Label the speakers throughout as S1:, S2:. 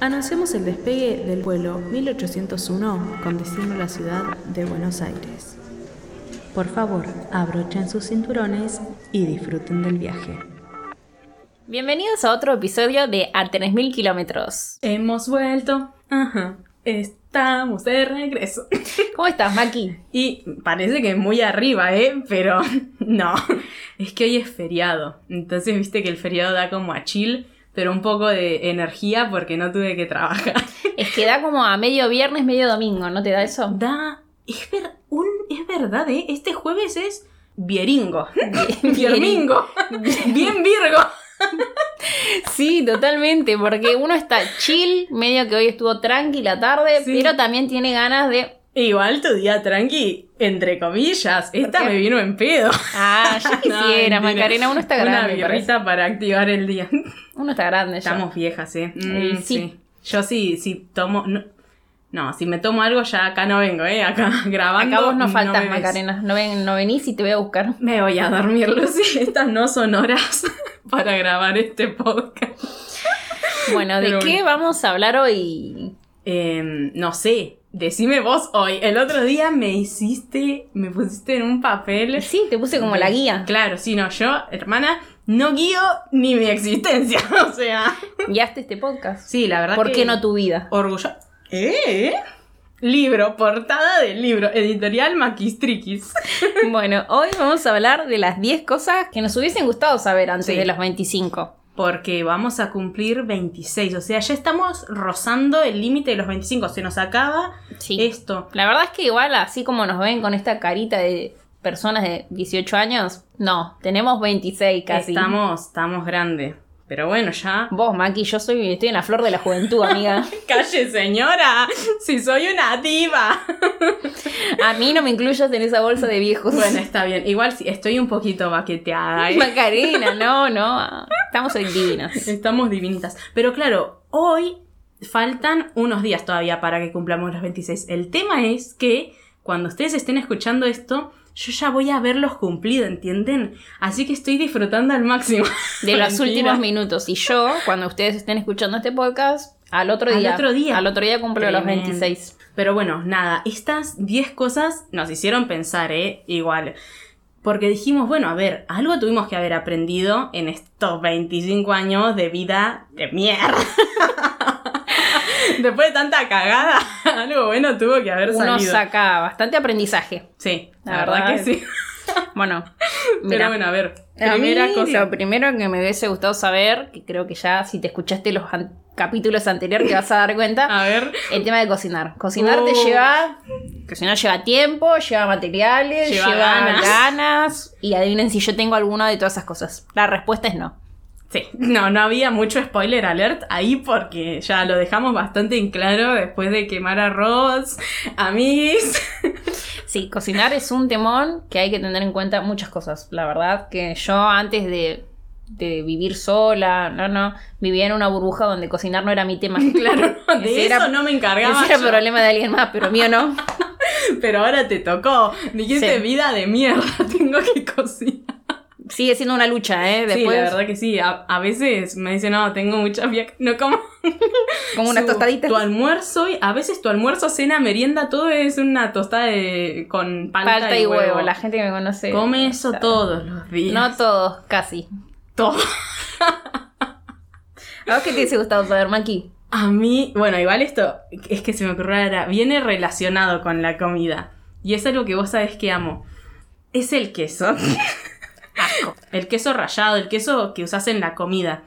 S1: Anunciamos el despegue del vuelo 1801 con destino a la ciudad de Buenos Aires. Por favor, abrochen sus cinturones y disfruten del viaje.
S2: Bienvenidos a otro episodio de A 3000 kilómetros.
S3: Hemos vuelto. Ajá. Estamos de regreso.
S2: ¿Cómo estás, Maki?
S3: Y parece que muy arriba, ¿eh? Pero no. Es que hoy es feriado. Entonces viste que el feriado da como a chill, pero un poco de energía porque no tuve que trabajar.
S2: Es que da como a medio viernes, medio domingo, ¿no te da eso?
S3: Da. Es, ver- un- es verdad, ¿eh? Este jueves es vieringo.
S2: Bien.
S3: Viermingo. Bien Virgo.
S2: Sí, totalmente, porque uno está chill, medio que hoy estuvo tranqui la tarde,
S3: Sí.
S2: pero también tiene ganas de...
S3: Igual tu día tranqui, entre comillas. Esta
S2: qué?
S3: me vino en pedo.
S2: Ah, ya
S3: No, mentira.
S2: quisiera, Macarena, uno está grande.
S3: Una
S2: parece.
S3: birrita para activar el día.
S2: Uno está grande ya.
S3: Estamos viejas, ¿eh? Mm,
S2: Y sí.
S3: sí. Yo sí, sí tomo. No, no, si me tomo algo ya acá no vengo, ¿eh? Acá grabando.
S2: Acá vos no faltas,
S3: me ves.
S2: Macarena. No, ven, no venís y te voy a buscar.
S3: Me voy a dormir, Lucy. Estas no son horas para grabar este podcast.
S2: Bueno, ¿de
S3: Pero
S2: qué
S3: bueno.
S2: vamos a hablar hoy?
S3: Eh, no sé. Decime vos hoy. El otro día me hiciste. Me pusiste en un papel.
S2: Sí, te puse como la guía.
S3: Claro, sí, no, yo, hermana, no guío ni mi existencia. O sea.
S2: Guiaste este podcast.
S3: Sí, la verdad
S2: ¿Por
S3: que-
S2: qué no tu vida?
S3: Orgullo. ¿Eh? Libro, portada del libro, editorial Maquistriquis.
S2: Bueno, hoy vamos a hablar de las 10 cosas que nos hubiesen gustado saber antes
S3: Sí.
S2: de los 25.
S3: Porque vamos a cumplir 26, o sea, ya estamos rozando el límite de los 25, se nos acaba
S2: Sí.
S3: esto.
S2: La verdad es que igual así como nos ven con esta carita de personas de 18 años, no, tenemos 26 casi.
S3: Estamos, estamos grande. Pero bueno, ya.
S2: Vos, Maki, yo soy estoy en la flor de la juventud, amiga.
S3: ¡Calle, señora! ¡Si soy una diva!
S2: A mí no me incluyas en esa bolsa de viejos.
S3: Bueno, está bien. Igual sí, estoy un poquito baqueteada. ¿eh?
S2: Macarena, no, no. Estamos en divinas.
S3: Estamos divinitas. Pero claro, hoy faltan unos días todavía para que cumplamos los 26. El tema es que cuando ustedes estén escuchando esto, yo ya voy a haberlos cumplido, ¿entienden? Así que estoy disfrutando al máximo.
S2: De los
S3: Mentira.
S2: últimos minutos. Y yo, cuando ustedes estén escuchando este podcast, al otro
S3: Al
S2: día.
S3: otro día.
S2: Al otro día cumplo los
S3: Tremendo.
S2: 26.
S3: Pero bueno, nada, estas 10 cosas nos hicieron pensar, ¿eh? Igual. Porque dijimos, bueno, a ver, algo tuvimos que haber aprendido en estos 25 años de vida de mierda. Después de tanta cagada, algo bueno tuvo que haber
S2: Uno
S3: salido.
S2: saca bastante aprendizaje.
S3: Sí, la,
S2: La
S3: verdad, que
S2: verdad.
S3: sí.
S2: Bueno,
S3: Pero
S2: mira.
S3: bueno, a ver.
S2: A mí
S3: Primera cosa.
S2: Lo primero que me hubiese gustado saber, que creo que ya si te escuchaste los an- capítulos anteriores te vas a dar cuenta,
S3: A ver,
S2: el tema de cocinar. Cocinar te
S3: Uh.
S2: lleva. Cocinar lleva tiempo, lleva materiales, lleva,
S3: Lleva
S2: ganas.
S3: ganas.
S2: Y adivinen si yo tengo alguna de todas esas cosas. La respuesta es no.
S3: sí, no, no había mucho spoiler alert ahí porque ya lo dejamos bastante en claro después de quemar arroz, amiguis.
S2: Sí, cocinar es un temón que hay que tener en cuenta muchas cosas. La verdad que yo antes de, de vivir sola, no, no, vivía en una burbuja donde cocinar no era mi tema.
S3: Claro, de
S2: Ese
S3: eso
S2: era-
S3: no me encargaba.
S2: Ese era
S3: yo.
S2: problema de alguien más, pero mío no.
S3: Pero ahora te tocó. Dijiste
S2: Sí.
S3: vida de mierda, tengo que cocinar.
S2: Sigue siendo una lucha, ¿eh?
S3: Sí,
S2: Después,
S3: la verdad que sí. A, a veces me dicen, no, tengo mucha fiaca. No como.
S2: como unas
S3: su-
S2: tostaditas.
S3: Tu almuerzo, y a veces tu almuerzo, cena, merienda, todo es una tostada de- con palta,
S2: Falta y huevo. la gente que me conoce.
S3: Come eso
S2: sabe.
S3: todos los días.
S2: No todos, casi.
S3: todo.
S2: ¿A vos qué te hubiese gustado saber, Maki?
S3: A mí, bueno, igual esto es que se me ocurrió ahora, viene relacionado con la comida. Y es algo que vos sabés que amo. Es el queso. El queso rallado, el queso que usás en la comida.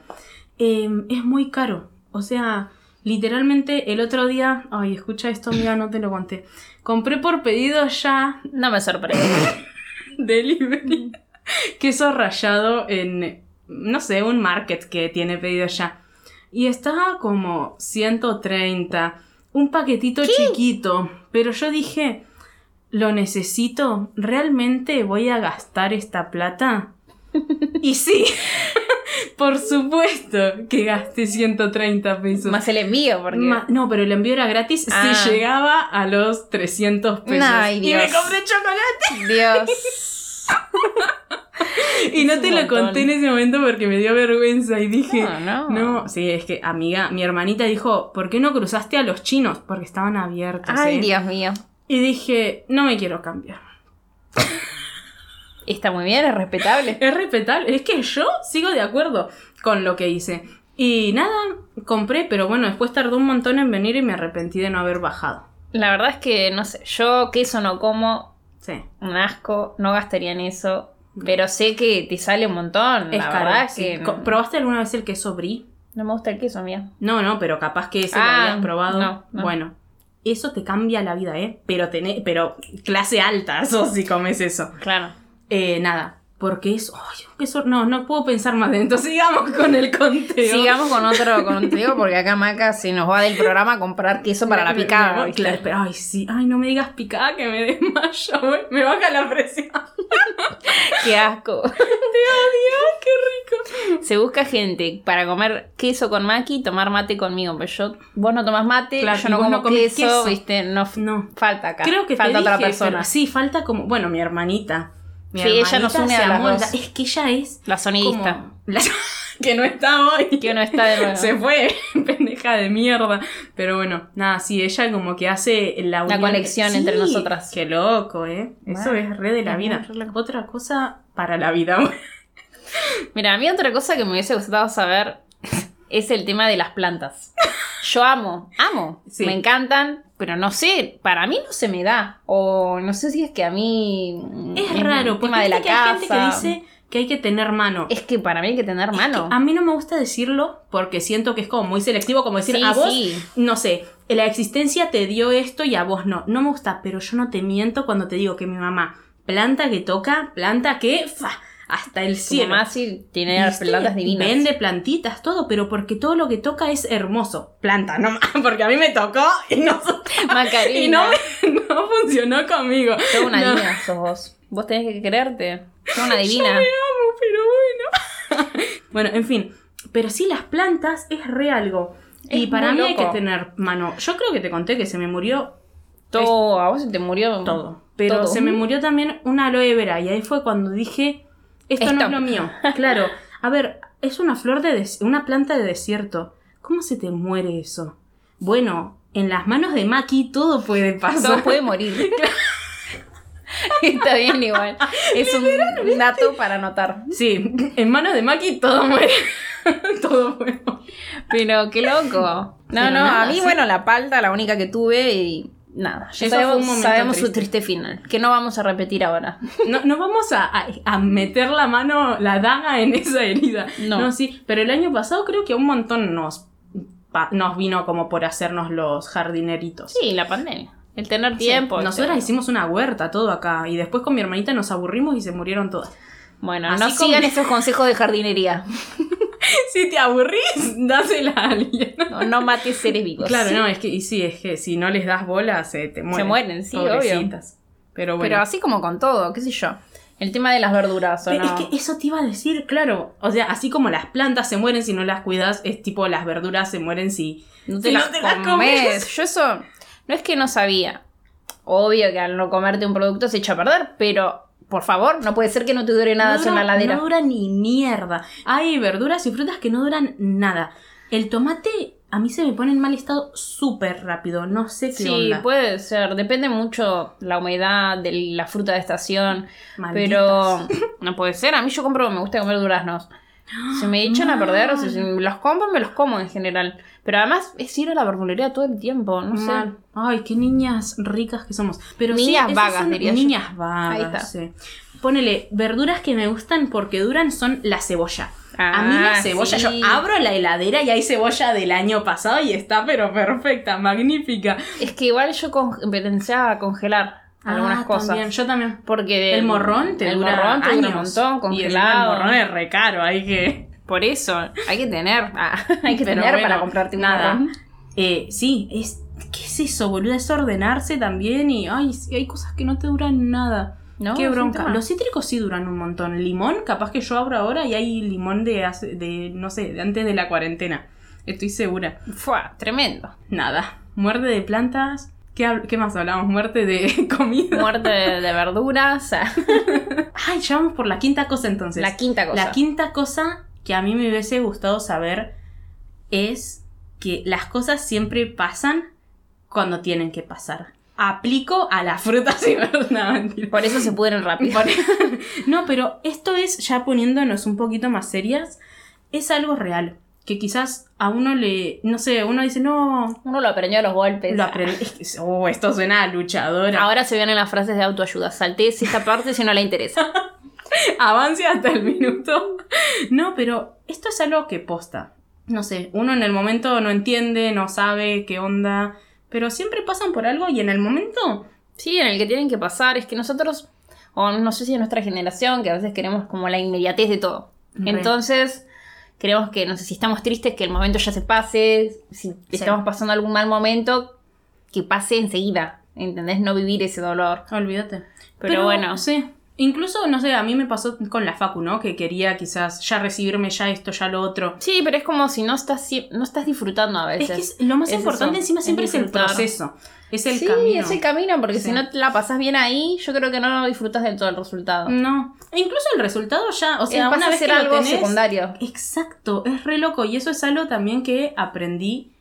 S3: Eh, es muy caro. O sea, literalmente el otro día. Ay, escucha esto, amiga, no te lo conté. Compré por pedido ya
S2: No me sorprende. Mm.
S3: delivery. Queso rallado en, no sé, un market que tiene pedido ya. Y estaba como 130. Un paquetito chiquito. Pero yo dije, ¿lo necesito? ¿Realmente voy a gastar esta plata? y sí. Por supuesto que gasté 130 pesos.
S2: Más el envío, porque.
S3: Ma- no, pero el envío era gratis
S2: Ah.
S3: si llegaba a los 300 pesos.
S2: Ay,
S3: y me
S2: Dios.
S3: compré chocolate.
S2: Dios.
S3: Y no te lo
S2: montón.
S3: conté en ese momento porque me dio vergüenza y dije,
S2: No, no.
S3: no, sí, es que amiga, mi hermanita dijo, ¿por qué no cruzaste a los chinos? Porque estaban abiertos.
S2: Ay,
S3: ¿eh?
S2: Dios mío.
S3: Y dije, no me quiero cambiar.
S2: Está muy bien, es respetable.
S3: Es respetable, es que yo sigo de acuerdo con lo que hice. Y nada, compré, pero bueno, después tardó un montón en venir y me arrepentí de no haber bajado.
S2: La verdad es que, no sé, yo queso no como,
S3: Sí.
S2: un asco, no gastaría en eso. Pero sé que te sale un montón.
S3: Es
S2: la
S3: caro,
S2: verdad es
S3: sí.
S2: que.
S3: Co- ¿Probaste alguna vez el queso brie?
S2: No me gusta el queso, mía.
S3: No, no, pero capaz que ese
S2: Ah,
S3: lo habías probado.
S2: no, no.
S3: Bueno, eso te cambia la vida, ¿eh? Pero tené- pero clase alta sos si comes eso.
S2: Claro.
S3: Eh, nada, porque es... ay, un queso- no, no puedo pensar más dentro. Sigamos con el conteo.
S2: Sigamos con otro conteo porque acá Maca se nos va del programa a comprar queso para la
S3: Me- me-
S2: picada.
S3: me-
S2: ¿viste?
S3: claro, pero, ay, sí. Ay, no me digas picada que me desmayo, güey. Me baja la presión.
S2: Qué asco.
S3: Dios, qué rico.
S2: Se busca gente para comer queso con maqui y tomar mate conmigo. Pero yo, vos no tomás mate,
S3: Claro,
S2: yo
S3: y
S2: no
S3: vos
S2: como
S3: no comés
S2: queso,
S3: queso.
S2: viste, no, f-
S3: No.
S2: falta acá.
S3: Creo que te
S2: falta otra
S3: dije,
S2: persona.
S3: pero sí, falta como... Bueno, mi hermanita. Mi
S2: Sí, ella nos
S3: hermanita
S2: une
S3: se
S2: a las
S3: amolda.
S2: dos.
S3: Es que ella es...
S2: La sonidista.
S3: como- la- que no está hoy.
S2: Que uno está de nuevo.
S3: Se fue, pendeja de mierda. Pero bueno, nada, sí, ella como que hace la, unión-
S2: conexión
S3: Sí,
S2: entre nosotras.
S3: Qué loco, ¿eh? Eso
S2: Bueno,
S3: es re de la
S2: es
S3: vida.
S2: muy loco.
S3: Otra cosa para la vida, güey.
S2: Mira, a mí otra cosa que me hubiese gustado saber es el tema de las plantas. Yo amo, amo,
S3: Sí.
S2: me encantan, pero no sé, para mí no se me da. O no sé si es que a mí. mm,
S3: Es
S2: un
S3: raro, porque
S2: tema de la
S3: viste que
S2: casa.
S3: hay gente que dice que hay que tener mano.
S2: Es que para mí hay que tener mano.
S3: A mí no me gusta decirlo porque siento que es como muy selectivo, como decir,
S2: Sí,
S3: a vos,
S2: sí.
S3: no sé, la existencia te dio esto y a vos no. No me gusta, pero yo no te miento cuando te digo que mi mamá, planta que toca, planta que, fa, hasta el
S2: Tu
S3: cielo.
S2: mamá sí tiene las
S3: ¿Viste?
S2: plantas divinas.
S3: Vende plantitas, todo, pero porque todo lo que toca es hermoso. Planta, no más, porque a mí me tocó y no,
S2: Macarena.
S3: y no, me- no funcionó conmigo.
S2: Sos una
S3: No.
S2: divina, sos vos. Vos tenés que creerte. Sos una divina.
S3: amo, pero bueno. bueno, en fin. Pero sí, las plantas es re algo. y
S2: Es
S3: para
S2: muy
S3: mí hay que
S2: loco.
S3: tener mano. Yo creo que te conté que se me murió
S2: Todo, a vos se te murió
S3: todo. Pero
S2: Todo.
S3: se me murió también una aloe vera. Y ahí fue cuando dije, esto no
S2: Stop.
S3: es lo mío. Claro. A ver, es una flor de... des- una planta de desierto. ¿Cómo se te muere eso? Bueno, en las manos de Maki todo puede pasar.
S2: No puede morir. Está bien igual. Es un dato para anotar.
S3: Sí, en manos de Maki todo muere. todo puede morir.
S2: Pero qué loco. No,
S3: Pero
S2: no, a
S3: nada,
S2: mí,
S3: sí.
S2: bueno, la palta, la única que tuve y nada. Ya
S3: Eso fue
S2: sabemos,
S3: un momento
S2: sabemos su
S3: triste.
S2: triste final, que no vamos a repetir ahora.
S3: No, no vamos a, a- a meter la mano, la daga en esa herida.
S2: No.
S3: No. sí. Pero el año pasado creo que un montón nos, pa- nos vino como por hacernos los jardineritos.
S2: Sí, la pandemia. El tener
S3: Sí.
S2: tiempo. el
S3: Nosotras
S2: tener-
S3: hicimos una huerta, todo acá. Y después con mi hermanita nos aburrimos y se murieron todas.
S2: Bueno,
S3: Así
S2: no
S3: como-
S2: sigan estos consejos de jardinería.
S3: Si te aburrís, dásela a alguien.
S2: No, no mates seres vivos.
S3: Claro, no, es que, y sí, es que si no les das bola, se te mueren.
S2: mueren, sí,
S3: Pobrecitas. Pero bueno.
S2: Pero así como con todo, qué sé yo. El tema de las verduras, ¿o
S3: Pero
S2: no?
S3: Es que eso te iba a decir, claro. O sea, así como las plantas se mueren si no las cuidas, es tipo las verduras se mueren si.
S2: No te,
S3: si
S2: las,
S3: no te las
S2: comes.
S3: comes.
S2: Yo eso no es que no sabía. Obvio que al no comerte un producto se echa a perder, pero por favor, no puede ser que no te dure nada
S3: no,
S2: eso en la
S3: duran-
S2: ladera.
S3: no duran ni mierda. Hay verduras y frutas que no duran nada. El tomate a mí se me pone en mal estado súper rápido. No sé qué
S2: sí,
S3: onda.
S2: puede ser. Depende mucho la humedad de la fruta de estación.
S3: Malditas.
S2: Pero no puede ser. A mí yo compro, me gusta comer duraznos. Se me echan a perder, o sea, si me los compro, me los como en general. Pero además es ir a la verdulería todo el tiempo, no sé.
S3: Mal. Ay, qué niñas ricas que somos. Pero sí,
S2: Niñas
S3: esas
S2: vagas,
S3: son
S2: diría yo.
S3: Niñas vagas.
S2: Ahí está.
S3: sí. Ponele, verduras que me gustan porque duran son la cebolla.
S2: Ah,
S3: a mí la cebolla,
S2: sí.
S3: yo abro la heladera y hay cebolla del año pasado y está pero perfecta, magnífica.
S2: Es que igual yo con- pensaba congelar algunas
S3: Ah,
S2: cosas.
S3: también, yo también.
S2: Porque
S3: El morrón te
S2: el
S3: dura
S2: morrón te dura un
S3: años.
S2: montón, congelado.
S3: Y el morrón es re caro, hay que...
S2: Por eso, hay que tener, ah, hay que
S3: Pero
S2: tener
S3: bueno,
S2: para comprarte un
S3: nada.
S2: morrón.
S3: Eh, sí, es... ¿Qué es eso, boludo? Es ordenarse también y... Ay, sí, hay cosas que no te duran nada.
S2: No,
S3: Qué
S2: es un
S3: bronca.
S2: tema.
S3: Los cítricos sí duran un montón. Limón, capaz que yo abro ahora y hay limón de hace, de, no sé, de antes de la cuarentena. Estoy segura.
S2: Fua, tremendo.
S3: Nada. Muerde de plantas. ¿Qué, hab- qué más hablamos? Muerte de comida.
S2: Muerte de, de verduras.
S3: Ay, ya vamos por la quinta cosa entonces.
S2: la quinta cosa.
S3: La quinta cosa que a mí me hubiese gustado saber es que las cosas siempre pasan cuando tienen que pasar. Aplico a las frutas y verduras. No, mentira.
S2: Por eso se pudren rápido.
S3: No, pero esto es, ya poniéndonos un poquito más serias, es algo real. Que quizás a uno le. No sé, uno dice, no.
S2: Uno lo aprendió a los golpes.
S3: Lo aprendí. es que- Oh, esto suena a luchadora.
S2: Ahora se vienen las frases de autoayuda. Salté esta parte si no la interesa.
S3: avance hasta el minuto. No, pero esto es algo que posta. No sé, uno en el momento no entiende, no sabe qué onda, pero siempre pasan por algo y en el momento
S2: Sí, en el que tienen que pasar. Es que nosotros, o no sé si es nuestra generación, que a veces queremos como la inmediatez de todo.
S3: Re.
S2: Entonces, queremos que, no sé, si estamos tristes, que el momento ya se pase. Si estamos pasando algún mal momento, que pase enseguida. ¿Entendés? No vivir ese dolor.
S3: olvídate.
S2: Pero bueno.
S3: Sí. Incluso, no sé, a mí me pasó con la Facu, ¿no? Que quería quizás ya recibirme, ya esto, ya lo otro.
S2: Sí, pero es como si no estás, si- no estás disfrutando a
S3: Es
S2: veces.
S3: que es- lo más
S2: es
S3: importante
S2: eso,
S3: encima
S2: es
S3: siempre es, el
S2: disfrutar.
S3: proceso. Es el
S2: sí,
S3: camino.
S2: es el camino, porque
S3: Sí.
S2: si no te la pasas bien ahí, yo creo que no lo disfrutas del todo el resultado.
S3: No. E incluso el resultado ya, o
S2: O sea,
S3: sea, una vez
S2: ser
S3: que lo
S2: algo
S3: tenés,
S2: secundario.
S3: Exacto, es re loco y eso es algo también que aprendí,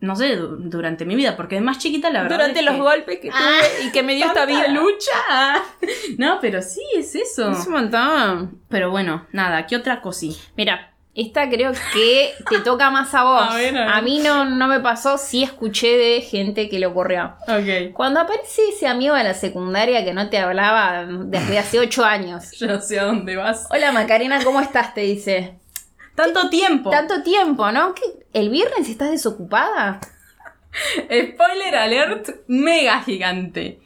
S3: no sé, du- durante mi vida, porque de más chiquita la verdad. es que-
S2: golpes que Ah. tuve y que me
S3: tanta lucha. No, pero sí, es eso.
S2: Es un montón.
S3: Pero bueno, nada, ¿qué otra cosí?
S2: Mira, esta creo que te toca más a vos.
S3: A ver, a ver.
S2: mí no, no me pasó, sí escuché de gente que le ocurrió.
S3: Ok.
S2: Cuando aparece ese amigo de la secundaria que no te hablaba desde hace ocho años.
S3: Yo sé a dónde vas.
S2: Hola Macarena, ¿cómo estás? Te dice.
S3: Tanto tiempo.
S2: Tanto tiempo, ¿no? ¿Qué? ¿El viernes estás desocupada?
S3: Spoiler alert, mega gigante.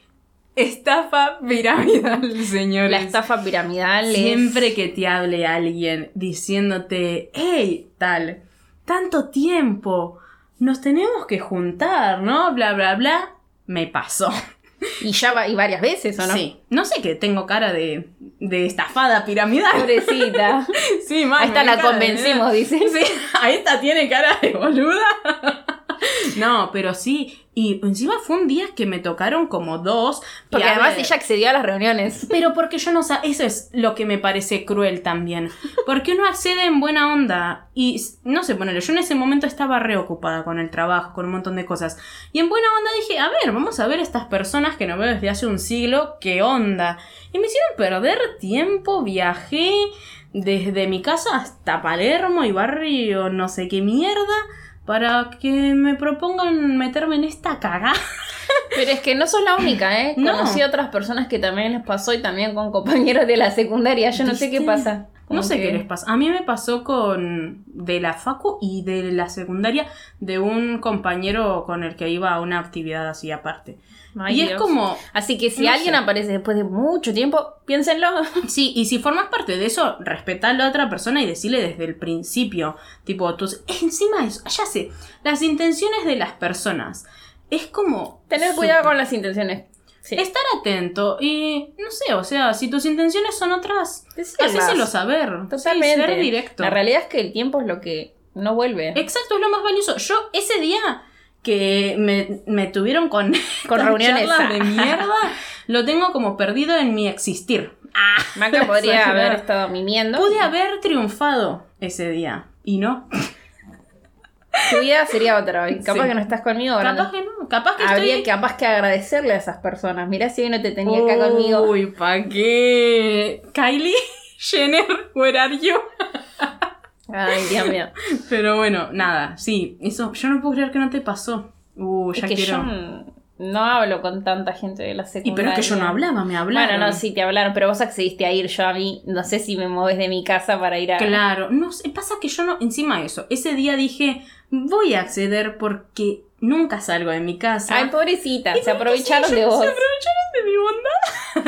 S3: Estafa piramidal, señores.
S2: La estafa piramidal es-
S3: Siempre que te hable alguien diciéndote, hey, tal, tanto tiempo, nos tenemos que juntar, ¿no? Bla, bla, bla. Me pasó.
S2: Y ya va- y varias veces, ¿o no?
S3: Sí. No sé que tengo cara de, de estafada piramidal.
S2: Pobrecita.
S3: Sí, mal,
S2: A esta
S3: me ¿eh? cara
S2: la
S3: de-
S2: convencimos, dice.
S3: Sí, a esta tiene cara de boluda. No, pero sí. Y encima fue un día que me tocaron como dos. y
S2: Porque
S3: a
S2: además
S3: ver-
S2: ella accedió a las reuniones.
S3: Pero porque yo no sabía, eso es lo que me parece cruel también. Porque uno accede en buena onda y s- no sé, ponele, yo en ese momento estaba reocupada con el trabajo, con un montón de cosas. Y en buena onda dije, a ver, vamos a ver estas personas que no veo desde hace un siglo, qué onda. Y me hicieron perder tiempo, viajé desde mi casa hasta Palermo y barrio, no sé qué mierda, para que me propongan meterme en esta cagada.
S2: Pero es que no sos la única, ¿eh?
S3: No.
S2: Conocí a otras personas que también les pasó y también con compañeros de la secundaria. Yo no sé
S3: ¿Viste?
S2: qué pasa. Como
S3: No sé
S2: que-
S3: qué les pasa. A mí me pasó con de la facu y de la secundaria de un compañero con el que iba a una actividad así aparte.
S2: Ay,
S3: y es
S2: Dios.
S3: como,
S2: Así que si
S3: No
S2: alguien
S3: sé.
S2: aparece después de mucho tiempo, piénsenlo.
S3: sí, y si formas parte de eso, respetá a la otra persona y decirle desde el principio, tipo, tus encima de eso, ya sé, las intenciones de las personas. Es como
S2: Tener
S3: su-
S2: cuidado con las intenciones. Sí.
S3: estar atento y no sé, o sea, si tus intenciones son otras,
S2: Decirlas.
S3: hacéselo saber. Sí,
S2: Totalmente.
S3: ser directo.
S2: La realidad es que el tiempo es lo que no vuelve.
S3: Exacto, es lo más valioso. Yo ese día que me, me tuvieron con,
S2: Con
S3: estas
S2: reuniones. ah,
S3: charlas de mierda, lo tengo como perdido en mi existir. Ah,
S2: Maca podría
S3: Exagerada.
S2: haber estado mimiendo.
S3: pude haber triunfado ese día y no.
S2: Tu vida sería otra hoy. Capaz
S3: Sí.
S2: que no estás conmigo ahora.
S3: Capaz que no, capaz que
S2: Habría
S3: estoy...
S2: capaz que agradecerle a esas personas. Mirá si hoy no te tenía acá conmigo.
S3: Uy, ¿pa' qué? Kylie Jenner, where are you?
S2: Ay, Dios mío.
S3: Pero bueno, nada, sí, eso, yo no puedo creer que no te pasó. Uh,
S2: Es
S3: ya
S2: que
S3: quiero...
S2: yo n- no hablo con tanta gente de la
S3: Y
S2: secundaria.
S3: pero es que yo no hablaba, me hablaba.
S2: Bueno, no, sí te hablaron, pero vos accediste a ir yo a mí. No sé si me moves de mi casa para ir a.
S3: Claro, no sé, pasa que yo no, encima de eso, ese día dije, voy a acceder porque nunca salgo de mi casa.
S2: Ay, pobrecita,
S3: Y porque
S2: se aprovecharon
S3: sí,
S2: de
S3: yo-
S2: vos.
S3: Se aprovecharon de mi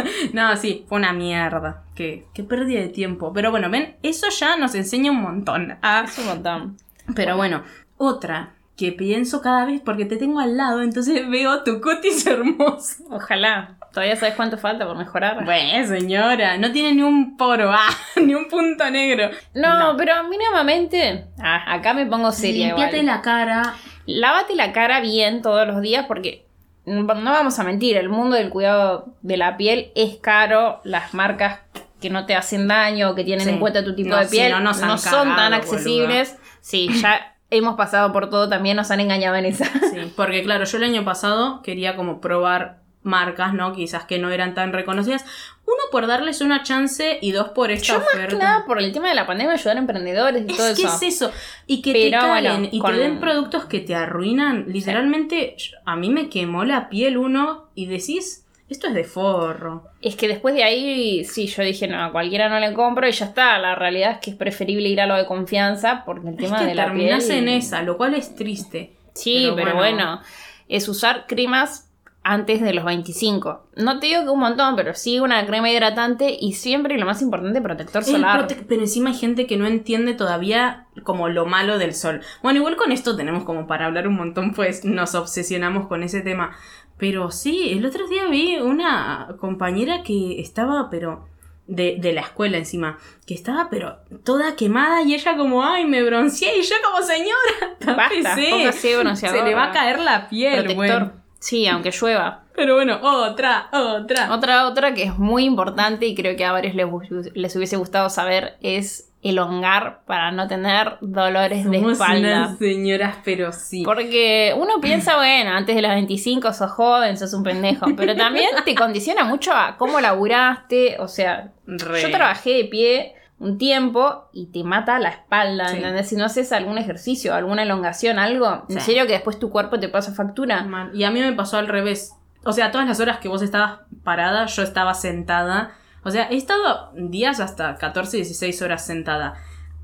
S3: bondad. no, sí, fue una mierda. Qué, qué pérdida de tiempo. Pero bueno, ven, eso ya nos enseña un montón. Ah,
S2: Es un montón.
S3: pero bueno, otra que pienso cada vez porque te tengo al lado, entonces veo tu cutis hermoso.
S2: Ojalá. Todavía sabes cuánto falta por mejorar.
S3: Bueno, señora, no tiene ni un poro, ah, ni un punto negro.
S2: no, pero mínimamente. Ah, acá me pongo seria.
S3: Limpiate
S2: igual.
S3: la cara.
S2: Lávate la cara bien todos los días porque no vamos a mentir, el mundo del cuidado de la piel es caro, las marcas que no te hacen daño, que tienen
S3: Sí.
S2: en cuenta tu tipo
S3: No,
S2: de
S3: si
S2: piel,
S3: no
S2: no,
S3: nos han
S2: son tan
S3: cagado,
S2: accesibles. Sí, ya hemos pasado por todo, también nos han engañado en esa.
S3: Sí, porque claro, yo el año pasado quería como probar marcas, ¿no? Quizás que no eran tan reconocidas. Uno por darles una chance y dos por esta
S2: Yo más
S3: oferta.
S2: que nada por el tema de la pandemia ayudar a emprendedores y
S3: es
S2: todo
S3: que
S2: eso.
S3: es eso. Y que
S2: Pero
S3: te calen
S2: bueno,
S3: y
S2: con-
S3: te den productos que te arruinan. Literalmente, yo- a mí me quemó la piel uno y decís, esto es de forro.
S2: Es que después de ahí, sí, yo dije, no, a cualquiera no le compro y ya está. La realidad es que es preferible ir a lo de confianza porque el tema
S3: es que
S2: de la piel.
S3: terminás en esa, lo cual es triste.
S2: Sí, pero,
S3: Pero
S2: bueno.
S3: bueno.
S2: es usar cremas antes de los 25. No te digo que un montón, pero sí una crema hidratante y siempre lo más importante, protector
S3: El
S2: solar.
S3: prote- pero encima hay gente que no entiende todavía como lo malo del sol. Bueno, igual con esto tenemos como para hablar un montón, pues nos obsesionamos con ese tema. Pero sí, el otro día vi una compañera que estaba, pero de, de la escuela encima, que estaba, pero toda quemada y ella como, ay, me bronceé y yo como señora,
S2: Basta,
S3: tápese".
S2: póngase bronceador.
S3: se le va a caer la piel,
S2: protector.
S3: bueno.
S2: Sí, aunque llueva.
S3: Pero bueno, otra, otra.
S2: Otra, otra que es muy importante y creo que a varios les, hu- les hubiese gustado saber es elongar para no tener dolores de
S3: Somos
S2: espalda.
S3: unas señoras, pero sí.
S2: Porque uno piensa, bueno, antes de los 25 sos joven, sos un pendejo, pero también te condiciona mucho a cómo laburaste, o sea,
S3: Re.
S2: yo trabajé de pie un tiempo y te mata la espalda,
S3: Sí.
S2: ¿entendés? Si no haces algún ejercicio, alguna elongación, algo,
S3: Sí.
S2: en
S3: Mm,
S2: serio que después tu cuerpo te pasa factura.
S3: Mal. Y a mí me pasó al revés. O sea, todas las horas que vos estabas parada, yo estaba sentada. O sea, he estado días hasta 14, 16 horas sentada.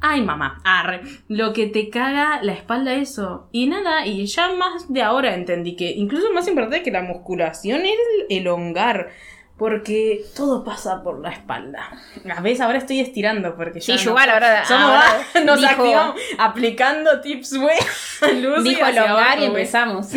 S3: Ay, mamá, arre. Lo que te caga la espalda eso. Y nada, y ya más de ahora entendí que incluso más importante que la musculación es el elongar. Porque todo pasa por la espalda. A veces ahora estoy estirando porque
S2: Sí,
S3: ya no-
S2: igual ahora,
S3: Somos
S2: ahora
S3: va- nos
S2: dijo-
S3: activamos aplicando tips, güey. Lucy
S2: dijo
S3: hacia
S2: elongar
S3: abajo,
S2: y
S3: güey.
S2: empezamos.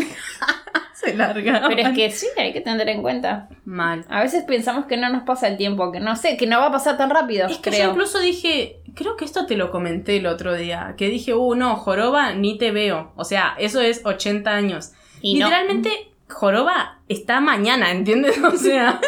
S3: Se larga.
S2: Pero es que sí, hay que tener en cuenta.
S3: Mal.
S2: A veces pensamos que no nos pasa el tiempo, que no sé, que no va a pasar tan rápido,
S3: Es que yo
S2: creo.
S3: incluso dije, creo que esto te lo comenté el otro día, que dije, uh, no, joroba, ni te veo. O sea, eso es 80 años.
S2: Y no.
S3: Literalmente, joroba está mañana, ¿entiendes? O sea...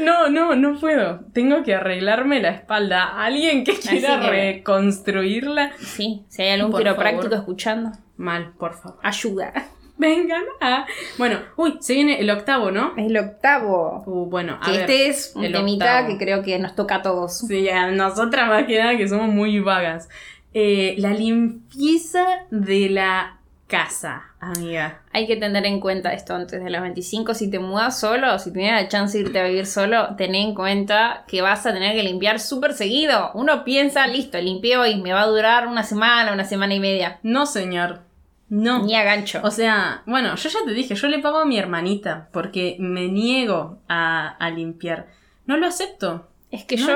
S3: No, no, no puedo. Tengo que arreglarme la espalda. Alguien que quiera
S2: que-
S3: reconstruirla.
S2: Sí, si hay algún
S3: Por
S2: quiropráctico
S3: favor.
S2: escuchando,
S3: Mal, por favor.
S2: ayuda.
S3: Vengan a... Bueno, uy, se viene el octavo, ¿no?
S2: El octavo.
S3: Uh, bueno, a
S2: Que
S3: ver.
S2: este es un
S3: el
S2: temita
S3: octavo.
S2: que creo que nos toca a todos.
S3: Sí, a nosotras más que nada que somos muy vagas. Eh, la limpieza de la casa, amiga.
S2: Hay que tener en cuenta esto antes de los 25. Si te mudas solo, si tienes la chance de irte a vivir solo, ten en cuenta que vas a tener que limpiar súper seguido. Uno piensa, listo, limpié hoy, me va a durar una semana, una semana y media.
S3: No, señor. No.
S2: Ni a gancho.
S3: O sea, bueno, yo ya te dije, yo le pago a mi hermanita porque me niego a, a limpiar. No lo acepto.
S2: Es que
S3: No,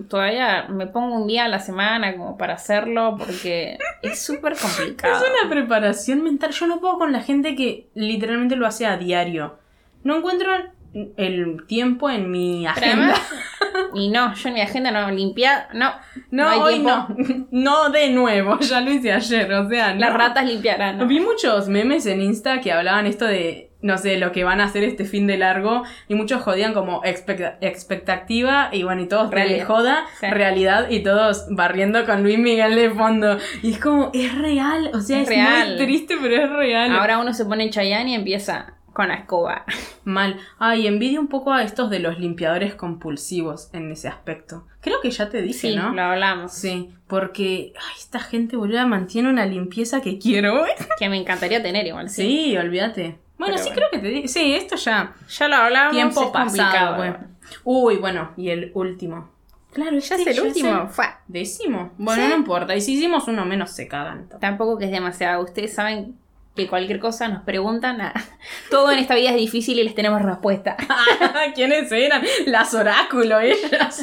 S2: yo todavía me pongo un día a la semana como para hacerlo porque es súper complicado.
S3: Es una preparación mental. Yo no puedo con la gente que literalmente lo hace a diario. No encuentro el tiempo en mi
S2: Pero
S3: agenda.
S2: además- y no, yo en mi agenda no limpiar, no,
S3: No,
S2: hay
S3: hoy
S2: tiempo.
S3: no. No de nuevo, ya lo hice ayer, o sea, no.
S2: Las ratas limpiarán. ¿no?
S3: Vi muchos memes en Insta que hablaban esto de, no sé, lo que van a hacer este fin de largo y muchos jodían como expect- expectativa y bueno, y todos realidad.
S2: Realidad.
S3: joda,
S2: Sí.
S3: realidad y todos barriendo con Luis Miguel de fondo. Y es como, es real, o sea, es,
S2: Es real.
S3: muy triste, pero es real.
S2: Ahora uno se pone Chayanne y empieza con la escoba.
S3: Mal. Ay, envidio un poco a estos de los limpiadores compulsivos en ese aspecto. Creo que ya te dije,
S2: Sí,
S3: ¿no?
S2: lo hablamos.
S3: Sí, porque ay, esta gente, boluda, mantiene una limpieza que quiero. ¿eh?
S2: Que me encantaría tener igual. Sí.
S3: Sí, olvídate. Bueno,
S2: Pero
S3: sí
S2: bueno.
S3: creo que te dije. Sí, esto ya.
S2: Ya lo hablamos.
S3: Tiempo
S2: es complicado, eh.
S3: pasado,
S2: bueno.
S3: bueno. Uy, bueno, y el último. Claro,
S2: Ya es el último. fa.
S3: Décimo. Bueno, no importa. Y si hicimos uno menos, se cagan.
S2: Tampoco que es demasiado. Ustedes saben que cualquier cosa nos preguntan. nada. Todo en esta vida es difícil y les tenemos respuesta.
S3: Ah, ¿Quiénes eran? Las oráculo, ellas.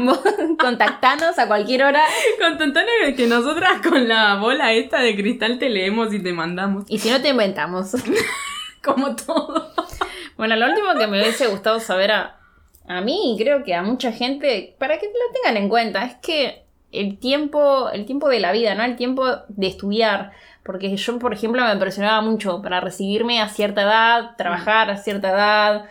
S2: Vos Contactanos a cualquier hora.
S3: Con tantana que nosotras con la bola esta de cristal te leemos y te mandamos.
S2: Y si no, te inventamos.
S3: Como todo.
S2: Bueno, lo último que me hubiese gustado saber a, a mí y creo que a mucha gente, para que lo tengan en cuenta, es que el tiempo, el tiempo de la vida, ¿no? El tiempo de estudiar. Porque yo, por ejemplo, me impresionaba mucho para recibirme a cierta edad, trabajar a cierta edad.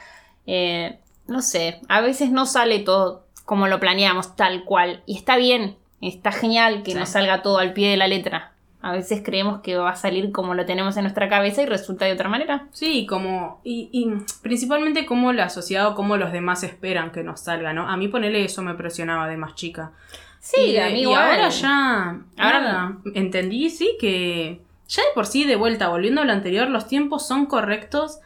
S2: eh, no sé, a veces no sale todo como lo planeamos, tal cual. Y está bien, está genial que no salga todo al pie de la letra. A veces creemos que va a salir como lo tenemos en nuestra cabeza y resulta de otra manera.
S3: Sí, y como. Y, y principalmente cómo la sociedad o cómo los demás esperan que nos salga, ¿no? A mí ponerle eso me presionaba de más chica.
S2: Sí,
S3: y,
S2: a mí
S3: y
S2: igual.
S3: ahora ya.
S2: Ahora
S3: Ahora entendí, sí, que. Ya de por sí, de vuelta, volviendo a lo anterior, los tiempos son correctos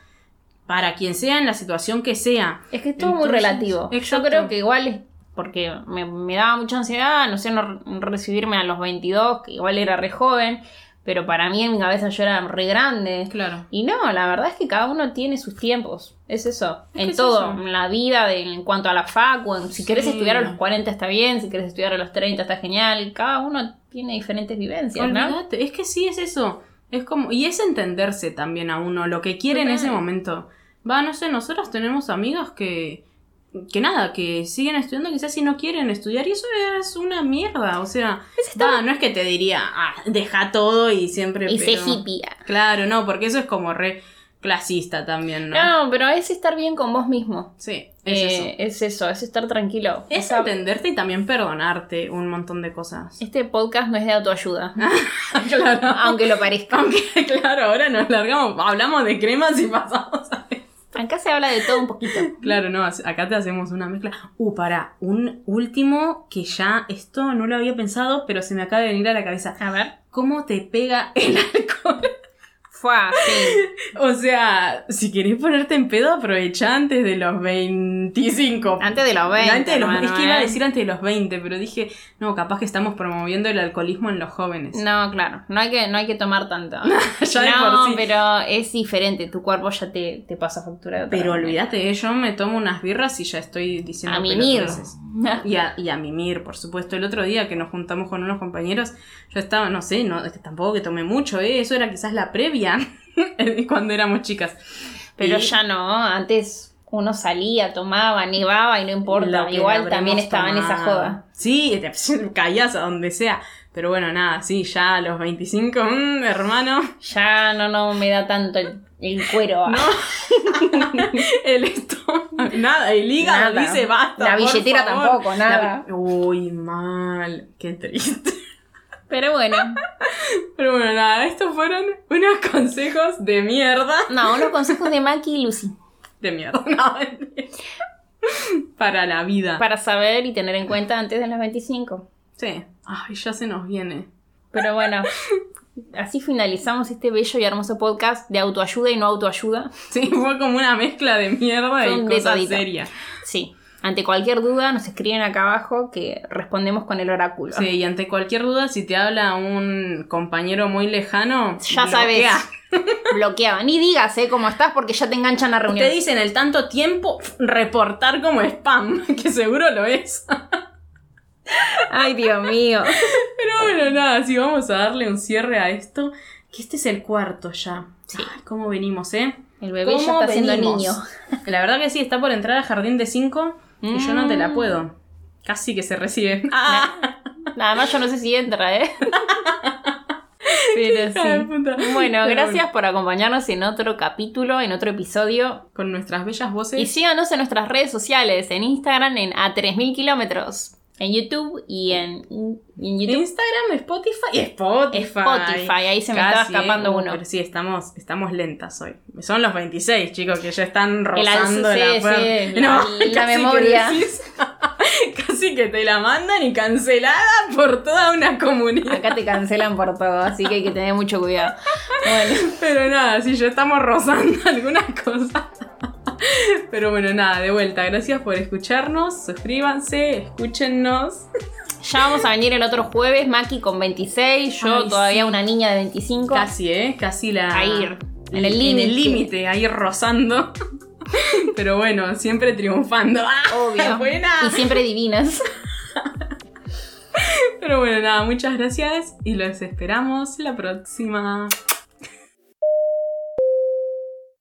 S3: para quien sea en la situación que sea.
S2: Es que es todo muy
S3: Entonces,
S2: relativo.
S3: exacto.
S2: Yo creo que igual es porque me, me daba mucha ansiedad, no sé, no re- recibirme a los 22, que igual era re joven, pero para mí en mi cabeza yo era re grande.
S3: Claro.
S2: Y no, la verdad es que cada uno tiene sus tiempos. Es eso.
S3: Es que
S2: en
S3: es
S2: todo.
S3: eso.
S2: En la vida, de- en cuanto a la facu. en- si querés
S3: Sí.
S2: estudiar a los 40 está bien. Si querés estudiar a los 30 está genial. Cada uno tiene diferentes vivencias, ¿no?
S3: Olvídate, es que sí, es eso. Es como, y es entenderse también a uno, lo que quiere en
S2: Total.
S3: ese momento. Va, no sé, nosotros tenemos amigas que, que nada, que siguen estudiando quizás si no quieren estudiar y eso es una mierda, o sea,
S2: Pues
S3: va, no es que te diría, ah, deja todo y siempre...
S2: Y se
S3: pero-
S2: hippie. ah.
S3: Claro, no, porque eso es como re clasista también, ¿no?
S2: No. pero es estar bien con vos mismo.
S3: Sí, es
S2: Eh, Es,
S3: eso.
S2: eso. es estar tranquilo.
S3: Es
S2: O sea,
S3: entenderte y también perdonarte un montón de cosas.
S2: Este podcast no es de autoayuda.
S3: Ah, claro.
S2: aunque lo parezca.
S3: Aunque, claro, ahora nos largamos, hablamos de cremas y pasamos a...
S2: Acá se habla de todo un poquito.
S3: Claro, no, ac- acá te hacemos una mezcla. Uh, para, un último que ya esto no lo había pensado, pero se me acaba de venir a la cabeza.
S2: A ver.
S3: ¿Cómo te pega el alcohol?
S2: Fua, sí.
S3: O sea, si querés ponerte en pedo, aprovecha antes de los 25.
S2: Antes de los 20.
S3: Antes de los-
S2: hermano,
S3: es que iba a
S2: ¿eh?
S3: decir antes de los 20, pero dije, no, capaz que estamos promoviendo el alcoholismo en los jóvenes.
S2: ¿eh? No, claro, no hay que, no hay que tomar tanto.
S3: Ya de
S2: no,
S3: por sí.
S2: pero es diferente, tu cuerpo ya te, te pasa factura. de otra
S3: Pero
S2: manera.
S3: olvídate, eh, yo me tomo unas birras y ya estoy diciendo
S2: A mimir.
S3: pelotudeces. Y a, y a mimir, por supuesto. El otro día que nos juntamos con unos compañeros, yo estaba, no sé, no, es que tampoco que tomé mucho, ¿eh? eso era quizás la previa cuando éramos chicas.
S2: Pero
S3: Y-
S2: ya no, antes uno salía, tomaba, nevaba y no
S3: lo
S2: importa,
S3: que
S2: igual
S3: habremos
S2: también estaba en esa
S3: tomado.
S2: joda.
S3: Sí, te caías a donde sea. Pero bueno, nada, sí, ya a los 25, mm, hermano,
S2: Ya no, no me da tanto el, el cuero.
S3: el estómago, nada, el hígado
S2: Nada.
S3: dice basta.
S2: La
S3: por
S2: billetera
S3: favor".
S2: tampoco,
S3: La-
S2: nada.
S3: Uy, mal, qué triste.
S2: Pero bueno,
S3: Pero bueno, nada, estos fueron unos consejos de mierda.
S2: no, unos consejos de Maki y Lucy
S3: De mierda, no, mentira. Para la vida.
S2: para saber y tener en cuenta antes de los 25.
S3: Sí. Ay, ya se nos viene.
S2: Pero bueno, así finalizamos este bello y hermoso podcast de autoayuda y no autoayuda.
S3: Sí, fue como una mezcla de mierda
S2: Fue
S3: y
S2: un
S3: cosas
S2: detadito.
S3: serias.
S2: Sí. Ante cualquier duda nos escriben acá abajo que respondemos con el oráculo.
S3: Sí, y ante cualquier duda, si te habla un compañero muy lejano,
S2: Ya sabes.
S3: bloquea.
S2: Bloqueado. Ni digas, ¿eh? Cómo estás porque ya te enganchan a
S3: Te
S2: reuniones.
S3: dicen el tanto tiempo reportar como spam, que seguro lo es.
S2: Ay, Dios mío.
S3: Pero bueno, nada, si vamos a darle un cierre a esto, que este es el cuarto ya. Sí. ¿Cómo venimos, eh?
S2: El bebé ya está siendo niño.
S3: La verdad que sí, está por entrar a jardín de 5 y yo no te la puedo. Casi que se recibe.
S2: Nada más yo no sé si entra, ¿eh? Pero
S3: Hija de
S2: sí.
S3: puta.
S2: Bueno,
S3: Pero
S2: gracias por acompañarnos en otro capítulo, en otro episodio.
S3: Con nuestras bellas voces.
S2: Y síganos en nuestras redes sociales, en Instagram, en a 3000 kilómetros, en YouTube y en, y en YouTube.
S3: Instagram, Spotify. Spotify.
S2: Spotify, ahí se me
S3: Casi,
S2: estaba escapando
S3: eh.
S2: uno.
S3: Pero sí, estamos, estamos lentas hoy. Son los 26, chicos, que ya están
S2: alce,
S3: rozando
S2: sí,
S3: la puerta.
S2: sí, la- la
S3: casi que
S2: memoria.
S3: decís- casi que te la mandan y cancelada por toda una comunidad.
S2: Acá te cancelan por todo, así que hay que tener mucho cuidado. Bueno,
S3: Pero nada, sí, ya estamos rozando algunas cosas. Pero bueno, nada, de vuelta. Gracias por escucharnos. Suscríbanse, escúchennos.
S2: ya vamos a venir el otro jueves, Maki con 26, yo
S3: Ay,
S2: todavía una niña de 25.
S3: Casi, ¿eh? Casi la.
S2: Ahí, en el límite.
S3: límite, ahí rozando. Pero bueno, siempre triunfando. ¡Ah!
S2: Obvio.
S3: Buena.
S2: Y siempre divinas.
S3: Pero bueno, nada, muchas gracias y los esperamos la próxima.